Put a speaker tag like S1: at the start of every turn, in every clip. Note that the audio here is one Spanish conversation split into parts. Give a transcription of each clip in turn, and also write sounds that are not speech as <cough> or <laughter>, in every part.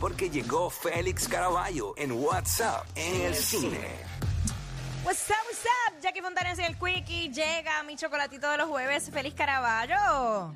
S1: porque llegó Félix Caraballo en WhatsApp en el cine.
S2: What's up, what's up? Jackie Fontanes y el Quickie llega mi chocolatito de los jueves. Feliz Caraballo.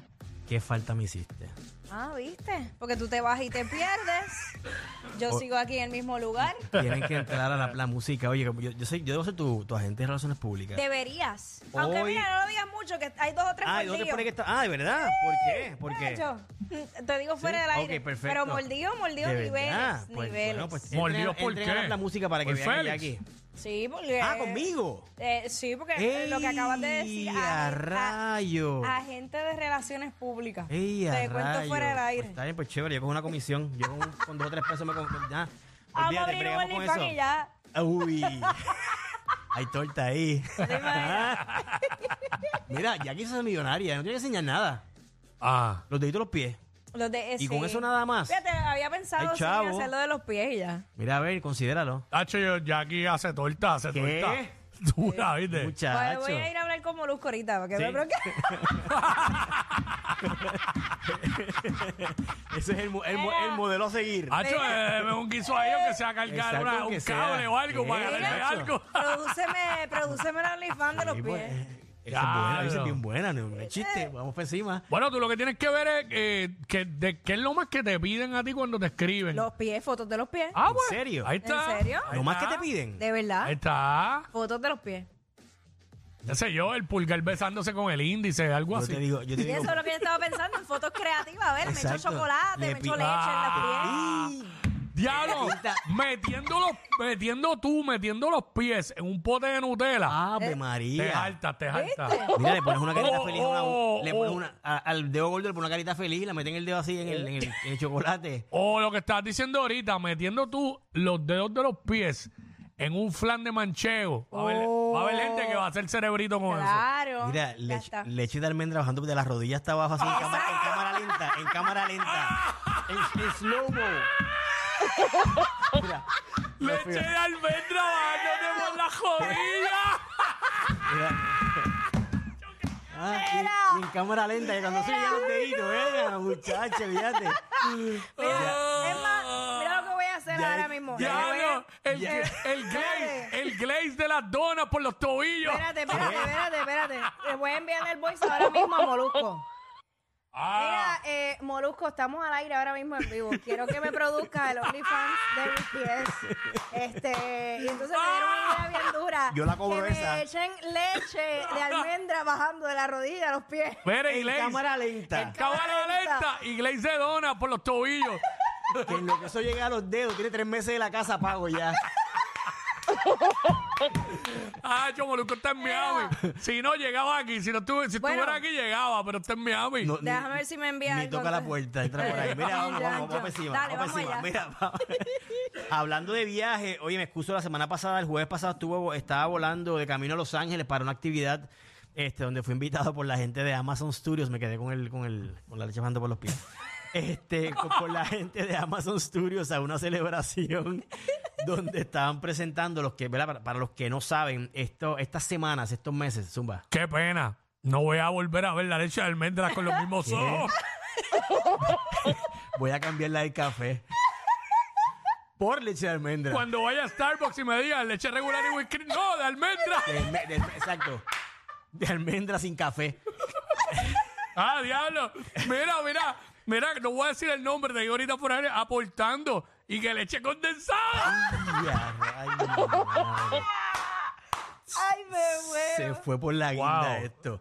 S3: ¿Qué falta me hiciste?
S2: Ah, ¿viste? Porque tú te vas y te pierdes.
S3: Oh.
S2: Yo sigo aquí en el mismo lugar.
S3: Tienen que entrar a la, la música. Oye, que yo, yo, soy, yo debo ser tu, tu agente de relaciones públicas.
S2: Deberías. Aunque
S3: Hoy-
S2: mira, no lo digas mucho, que hay dos o tres
S3: ah, ¿y ¿dónde
S2: mordidos.
S3: pone que está? Ah, ¿de verdad? ¿Por qué? ¿Por qué?
S2: Nacho, Te digo fuera
S3: ¿Sí?
S2: del
S3: Ok,
S2: aire.
S3: perfecto.
S2: Pero mordido, mordido,
S3: ¿De
S2: niveles.
S3: verdad? Pues,
S2: niveles.
S3: bueno, pues,
S4: ¿Mordidos
S3: entren-
S4: por
S3: entren a
S4: qué?
S3: la música para que
S4: ¿Por
S3: vean que
S4: Félix?
S3: aquí.
S2: sí, porque.
S3: Ah, ¿conmigo?
S2: Eh, sí, porque eh, lo que acabas de decir.
S3: ¡Ey, a
S2: agen- a-
S3: rayo!
S2: Agente de relaciones públicas.
S3: ¡Ey, a
S2: te cuento
S3: rayo!
S2: fuera del
S3: Pues
S2: aire.
S3: está bien, pues chévere. Yo con una comisión. Yo con, con dos o tres pesos me... Con,
S2: Vamos
S3: ya.
S2: a
S3: Olvídate,
S2: abrir un
S3: Pues bregamos con
S2: OnlyFans
S3: eso.
S2: y ya.
S3: Uy, hay torta ahí.
S2: ¿Te imaginas?
S3: Mira, ya que es millonaria, no tiene que enseñar nada.
S4: Ah,
S3: Los deditos de los pies.
S2: Los de- eh,
S3: Y con
S2: sí.
S3: eso nada más.
S2: Fíjate, había pensado
S3: Ay,
S2: sin
S3: chavo.
S2: hacerlo de los pies y ya.
S3: Mira, a ver, considéralo.
S4: Hacho, yo, Jackie hace torta, hace
S3: ¿Qué? Eh,
S4: torta. <laughs> Dura, ¿viste?
S2: Pues
S3: Muchacho.
S2: voy a ir a hablar con Molusco ahorita para que
S3: Sí.
S2: vea, pero ¿qué?
S3: <laughs> Ese es el, mo- el mo- el modelo a seguir.
S4: Hacho, eh, me un guiso a ellos que sea cargar
S3: Exacto,
S4: una- un
S3: que
S4: cable
S3: sea.
S4: o algo para
S2: <laughs>
S3: Mira,
S4: ganarme
S3: Hacho.
S4: algo.
S2: Produceme, produceme la OnlyFans de los
S3: Sí, pues,
S2: pies. Eh.
S3: Esa es buena, esa es
S4: Claro.
S3: bien buena, no no es chiste. Vamos por encima.
S4: Bueno, tú lo que tienes que ver es eh, que, de, qué es lo más que te piden a ti cuando te
S3: eh.
S4: escriben.
S2: Los pies, fotos de los pies.
S4: Ah,
S3: ¿En
S4: bueno.
S3: serio?
S4: Ahí está.
S2: ¿En serio?
S4: Ahí
S3: Lo más que
S4: está.
S3: te piden.
S2: De verdad.
S4: Ahí está.
S2: Fotos de los pies.
S4: Ya sé yo, el pulgar besándose con el índice, algo
S3: Yo
S4: así.
S3: te digo, yo te
S2: Y
S3: digo.
S2: eso es lo que yo estaba pensando, en fotos creativas. A ver, me echo
S3: Exacto.
S2: chocolate,
S3: Le
S2: me
S3: pi-
S2: echo leche
S3: Ah.
S2: en los pies.
S4: Diablo, metiendo, los, metiendo tú, metiendo los pies en un pote de Nutella.
S3: Ave
S4: te
S3: María.
S4: jaltas, te jaltas.
S3: Mira, le pones una carita
S4: Oh,
S3: feliz a una-
S4: oh,
S3: le pones
S4: oh.
S3: una, a- al dedo gordo le pones una carita feliz, la meten el dedo así en el, en el- en el chocolate.
S4: O lo que estás diciendo ahorita, metiendo tú los dedos de los pies en un flan de manchego. Va a haber, va a haber gente que va a hacer cerebrito con
S2: Claro.
S3: Mira,
S2: ya
S3: lech-
S2: está.
S3: leche de almendra bajando de las rodillas hasta abajo así en, cámara, en cámara lenta, en cámara lenta. En, en slow-mo. Mira,
S4: eso. Leche de almendra bañate por la jodida.
S3: ah, y- y, en cámara lenta, que cuando se llegan los deditos, venga, muchacho, fíjate.
S2: Mira, es más, mira lo que voy a hacer
S3: Ya-
S2: ahora mismo.
S4: Ah. Ya,
S2: Yo voy a-
S4: no, el, el glaze, el glaze de las donas por los tobillos.
S2: Espérate, espérate, espérate, espérate. Le voy a enviar el voice ahora mismo a Molusco.
S4: Ah,
S2: Mira, eh, Molusco, estamos al aire ahora mismo en vivo. Quiero que me produzca el OnlyFans de mis pies. Este, y entonces me dieron una idea bien dura.
S3: Ah. Yo la cobro
S2: que
S3: esa.
S2: me echen leche de almendra bajando de la rodilla a los pies.
S4: mira, y
S3: En
S4: glaze.
S3: cámara lenta.
S4: Cámara lenta y glaze de donas por los tobillos.
S3: Que en lo que eso llega a los dedos, tiene tres meses de la casa pago ya.
S4: Ah, Chomoluco está en Miami. Si no, llegaba aquí. Si no estuve, si
S2: Bueno.
S4: estuviera aquí, llegaba, pero está en Miami.
S3: No, ni-
S2: Déjame ver si me envía
S3: Ni
S2: algo,
S3: toca la
S2: entonces.
S3: puerta, entra por ahí. Mira, vamos, vamos, vamos,
S2: Yancho.
S3: para encima.
S2: Dale,
S3: vamos para
S2: vamos <laughs>
S3: encima. Mira, vamos. Hablando de viaje, oye, me excuso la semana pasada, el jueves pasado estuvo, estaba volando de camino a Los Ángeles para una actividad este, donde fui invitado por la gente de Amazon Studios. Me quedé con el, con el, con la leche bajando por los pies. Este, con, con la gente de Amazon Studios a una celebración donde estaban presentando los que, ¿verdad? Para, para los que no saben, esto, estas semanas, estos meses, Zumba.
S4: Qué pena. No voy a volver a ver la leche de almendras
S3: <laughs>
S4: con los mismos ojos.
S3: Voy a cambiarla de café. Por leche de almendra.
S4: Cuando vaya a Starbucks y me digan leche regular y whisky, no, de almendra.
S3: De alme- de- exacto. De almendra sin café.
S4: Ah, diablo. Mira, mira, mira, no voy a decir el nombre, te digo ahorita por ahí, aportando y que leche condensada. <laughs>
S3: Ya, ay, madre.
S2: Ay, me muero.
S3: Se fue por la guinda
S4: Wow.
S3: esto.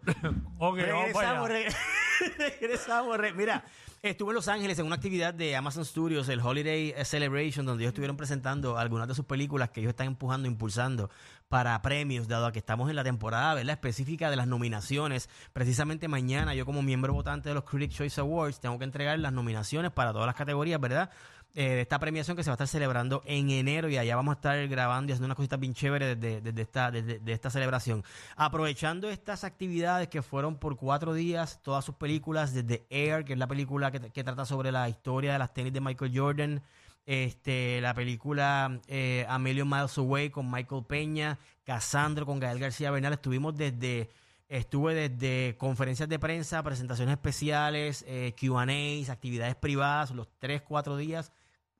S4: Ok, vamos para
S3: regresamos,
S4: allá.
S3: re- <laughs> regresamos, re- Mira, estuve en Los Ángeles en una actividad de Amazon Studios, el Holiday eh, Celebration, donde ellos estuvieron presentando algunas de sus películas que ellos están empujando, impulsando para premios, dado a que estamos en la temporada ¿verdad? específica de las nominaciones. Precisamente mañana, yo como miembro votante de los Critic Choice Awards, tengo que entregar las nominaciones para todas las categorías, ¿verdad? eh, de esta premiación que se va a estar celebrando en enero y allá vamos a estar grabando y haciendo unas cositas bien chéveres desde, desde esta, desde- de esta celebración. Aprovechando estas actividades que fueron por cuatro días, todas sus películas, desde Air, que es la película que, que trata sobre la historia de las tenis de Michael Jordan, este, la película eh, A Million Miles Away con Michael Peña, Casandro con Gael García Bernal, estuvimos desde... Estuve desde conferencias de prensa, presentaciones especiales, eh, QAs, actividades privadas, los tres, cuatro días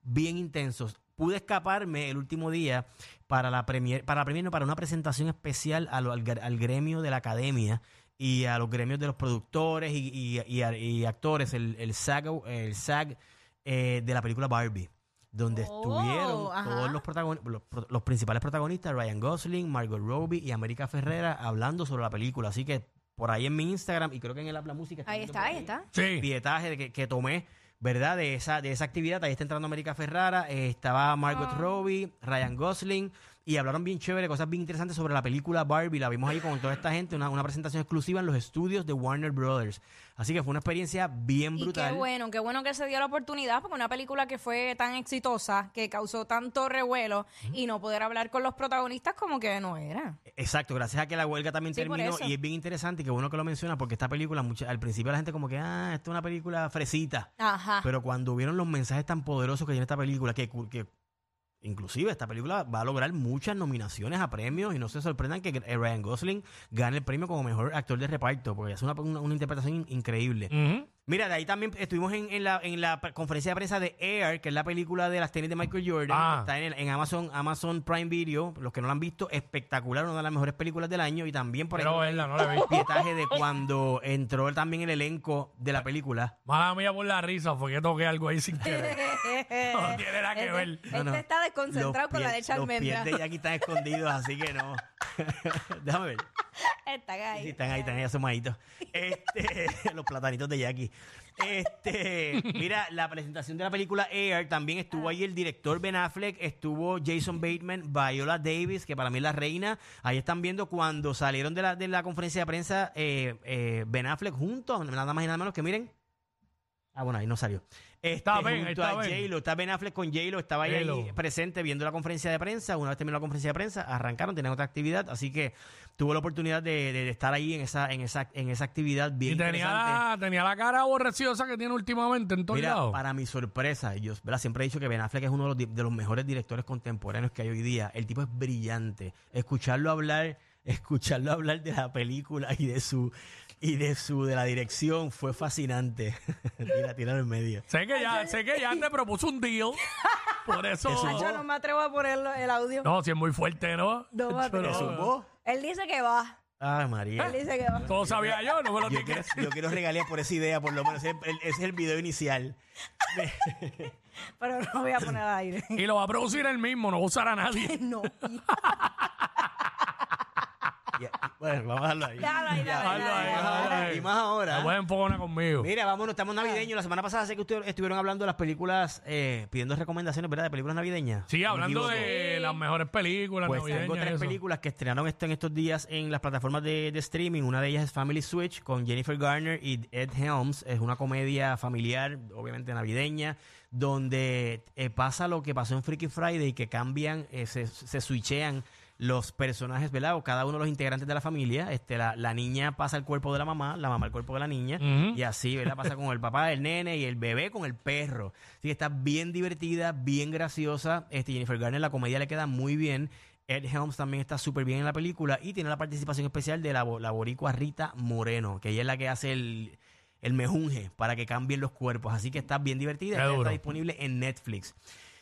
S3: bien intensos. Pude escaparme el último día para la premier, para la premier, no, para una presentación especial a lo- al, gr- al gremio de la academia y a los gremios de los productores y, y- y a- y actores, el, el SAG, el SAG eh, de la película Barbie, donde
S5: Oh,
S3: estuvieron
S5: ajá.
S3: todos los, protagoni- los, pro- los principales protagonistas, Ryan Gosling, Margot Robbie y América Ferrera, hablando sobre la película. Así que por ahí en mi Instagram y creo que en el Habla Música.
S5: Ahí
S3: viendo
S5: está,
S3: por
S5: ahí está.
S4: Sí.
S3: pietaje de que, que tomé, ¿verdad? De esa, de esa actividad. Ahí está entrando América Ferrara, eh, estaba
S5: Ah.
S3: Margot Robbie, Ryan Gosling, y hablaron bien chévere, cosas bien interesantes sobre la película Barbie. La vimos ahí con toda esta gente, una, una presentación exclusiva en los estudios de Warner Brothers. Así que fue una experiencia bien
S5: Y
S3: brutal.
S5: qué bueno, qué bueno que se dio la oportunidad, porque una película que fue tan exitosa, que causó tanto revuelo, y no poder hablar con los protagonistas como que no era.
S3: Exacto, gracias a que la huelga también
S5: Sí, por
S3: terminó
S5: eso.
S3: y es bien interesante y qué bueno que lo mencionas porque esta película mucha- al principio la gente como que ah, esta es una película fresita.
S2: Ah.
S5: Ajá.
S3: Pero cuando vieron los mensajes tan poderosos que tiene esta película, que, cu- que inclusive esta película va a lograr muchas nominaciones a premios y no se sorprendan que eh, Ryan Gosling gane el premio como mejor actor de reparto, porque es una, una- una interpretación in- increíble.
S4: Ujú.
S3: Mira, de ahí también estuvimos en, en la, en la pre- conferencia de prensa de Air, que es la película de las tenis de Michael Jordan.
S4: Ah.
S3: que Está en, el- en Amazon, Amazon Prime Video. Los que no la han visto, espectacular, una de las mejores películas del año. Y también por ahí
S4: Quiero verla, no la vi.
S3: el pietaje de cuando entró también el elenco de la película.
S4: Mala mía por la risa, porque toqué algo
S3: <laughs>
S4: ahí sin querer. No tiene nada que ver.
S5: Este está desconcentrado
S3: Los
S5: con la
S3: pies-
S5: leche almendra.
S3: Los pies de Jackie están escondidos, así que no. Déjame ver.
S5: <laughs> Está ahí.
S3: Sí, están ahí, están ahí asomaditos. Este, <laughs> los platanitos de Jackie. Este, mira, la presentación de la película Air también estuvo ahí el director Ben Affleck, estuvo Jason Bateman, Viola Davis, que para mí es la reina. Ahí están viendo cuando salieron de la, de la conferencia de prensa eh, eh, Ben Affleck juntos, nada más y nada menos que miren. Ah, bueno, ahí no salió. Este,
S4: Está Ben,
S3: junto
S4: está
S3: a
S4: Ben.
S3: J-Lo, está Ben Affleck con J-Lo, estaba ahí,
S4: J-Lo.
S3: ahí presente viendo la conferencia de prensa. Una vez terminó la conferencia de prensa, arrancaron, tenían otra actividad, así que tuvo la oportunidad de, de- de estar ahí en esa, en esa, en esa actividad bien
S4: Y tenía
S3: interesante.
S4: la, tenía la cara aborreciosa que tiene últimamente en todos
S3: Mira,
S4: lados.
S3: para mi sorpresa, yo ¿verdad? siempre he dicho que Ben Affleck es uno de los, di- de los mejores directores contemporáneos que hay hoy día. El tipo es brillante. Escucharlo hablar, <laughs> escucharlo hablar de la película y de su y de su de la dirección fue fascinante. <laughs> Tira, tíralo en medio.
S4: Sé que ya, sé que ya te propuso
S3: <laughs>
S4: un deal. Por eso.
S5: Ay, Ah, yo no me atrevo a poner el audio.
S4: No, si es muy fuerte, ¿no? <laughs>
S5: No me
S4: Yo
S5: atrevo. Él dice que va.
S3: Ay,
S4: ¿Eh?
S3: María.
S5: Él dice que va.
S4: Todo sabía yo, no me Ah, lo
S3: Yo
S4: dije.
S3: quiero, yo quiero regalías por esa idea, por lo menos. Ese es el, ese es el video inicial.
S5: Pero no voy a poner al
S4: <laughs>
S5: aire.
S4: Y lo va a producir él mismo, no va a usar
S2: <laughs>
S4: a nadie. <laughs>
S5: No.
S3: Y- y- bueno, vamos a dejarlo ahí.
S5: Déjalo ahí,
S3: Ya,
S5: déjalo ahí,
S3: y más
S4: déjalo ahí.
S3: ahora, Y más ahora.
S4: La pueden poner conmigo.
S3: Mira, vámonos, estamos navideños. La semana pasada sé que ustedes estuvieron hablando de las películas, eh, pidiendo recomendaciones, ¿verdad? De películas navideñas.
S4: Sí,
S3: ¿No me
S4: hablando
S3: equivoco?
S4: de las mejores películas
S3: Pues
S4: navideñas,
S3: tengo tres
S4: eso.
S3: películas que estrenaron esto en estos días en las plataformas de, de streaming. Una de ellas es Family Switch con Jennifer Garner y Ed Helms. Es una comedia familiar, obviamente navideña, donde eh, pasa lo que pasó en Freaky Friday, que cambian, eh, se, se switchean los personajes, ¿verdad? O cada uno de los integrantes de la familia. Este, la, la niña pasa el cuerpo de la mamá, la mamá el cuerpo de la niña.
S4: Ujú.
S3: Y así, ¿verdad? Pasa con el papá del nene y el bebé con el perro. Así que está bien divertida, bien graciosa. Este, Jennifer Garner, la comedia le queda muy bien. Ed Helms también está súper bien en la película y tiene la participación especial de la, bo- la boricua Rita Moreno, que ella es la que hace el, el mejunje para que cambien los cuerpos. Así que está bien divertida.
S4: Qué
S3: Ella
S4: duro.
S3: Está disponible en Netflix.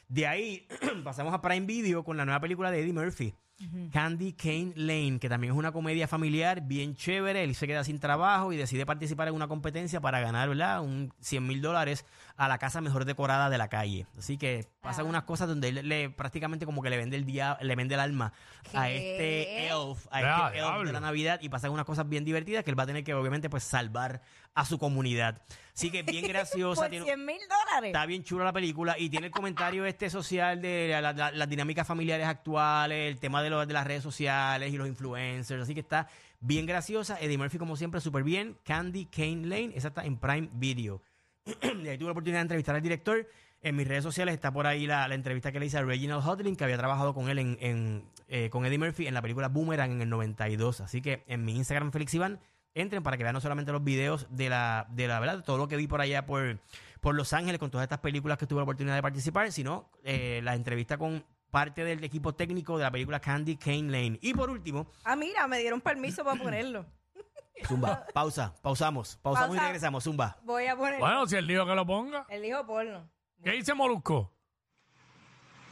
S3: De ahí <clears throat> pasamos a Prime Video con la nueva película de Eddie Murphy. Candy Cane Lane, que también es una comedia familiar bien chévere. Él se queda sin trabajo y decide participar en una competencia para ganar, ¿verdad? Un 100 mil dólares a la casa mejor decorada de la calle. Así que pasan
S5: Ah.
S3: unas cosas donde él le, prácticamente como que le vende el día, le vende el alma a
S5: ¿Qué?
S3: este elf, a
S4: Ya,
S3: este elf de
S4: diablo.
S3: la Navidad y pasan unas cosas bien divertidas que él va a tener que obviamente pues salvar a su comunidad. Así
S5: <laughs>
S3: que bien graciosa.
S5: Por
S3: tiene-
S5: 100 mil dólares.
S3: Está bien chula la película y tiene el comentario este social de la- la- la- las dinámicas familiares actuales, el tema de, lo- de las redes sociales y los influencers. Así que está bien graciosa. Eddie Murphy, como siempre, súper bien. Candy Cane Lane, esa está en Prime Video. <clears throat> y ahí tuve la oportunidad de entrevistar al director. En mis redes sociales está por ahí la, la entrevista que le hice a Reginald Hudlin, que había trabajado con él en, en, eh, con Eddie Murphy en la película Boomerang en el 92. Así que en mi Instagram, Félix Iván, entren para que vean no solamente los videos de la, de la verdad, todo lo que vi por allá por, por Los Ángeles con todas estas películas que tuve la oportunidad de participar, sino eh, la entrevista con parte del equipo técnico de la película Candy Cane Lane. Y por último,
S5: Ah, mira, me dieron permiso para ponerlo.
S3: Zumba, pausa, pausamos, pausamos y
S5: Pausa.
S3: regresamos, Zumba.
S5: Voy a poner.
S4: Bueno, si él dijo que lo ponga.
S5: El hijo porno.
S4: ¿Qué dice Molusco?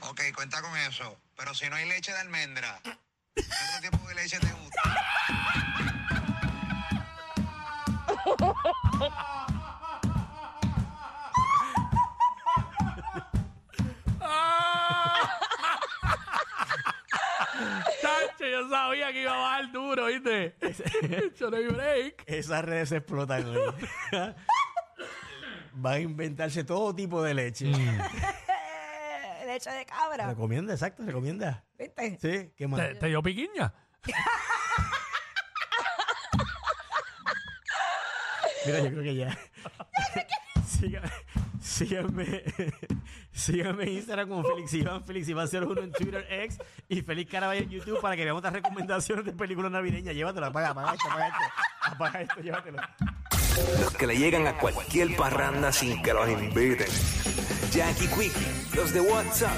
S6: Ok, cuenta con eso. Pero si no hay leche de almendra, ¿qué otro tipo de leche te gusta?
S4: ¡Ah! <laughs> Tacho, yo sabía que iba a bajar duro,
S3: <laughs>
S4: ¿viste? Yo no hay break.
S3: Esas redes se explotan. hoy. Van a inventarse todo tipo de leche.
S5: Eh, Leche de cabra.
S3: Recomienda, exacto, recomienda.
S5: ¿Viste?
S3: Sí, ¿qué más?
S4: ¿Te, te dio piquiña?
S3: Mira, yo creo que ya. Síganme, síganme, síganme en Instagram como Félix Iván, Félix Iván 01 en Twitter, X y Félix Caraballo en YouTube para que veamos otras recomendaciones de películas navideñas. Llévatelo, apaga, apaga esto, apaga esto, apaga esto, llévatelo.
S1: Los que le llegan a cualquier parranda sin que los inviten. Jackie Quickie, los de WhatsApp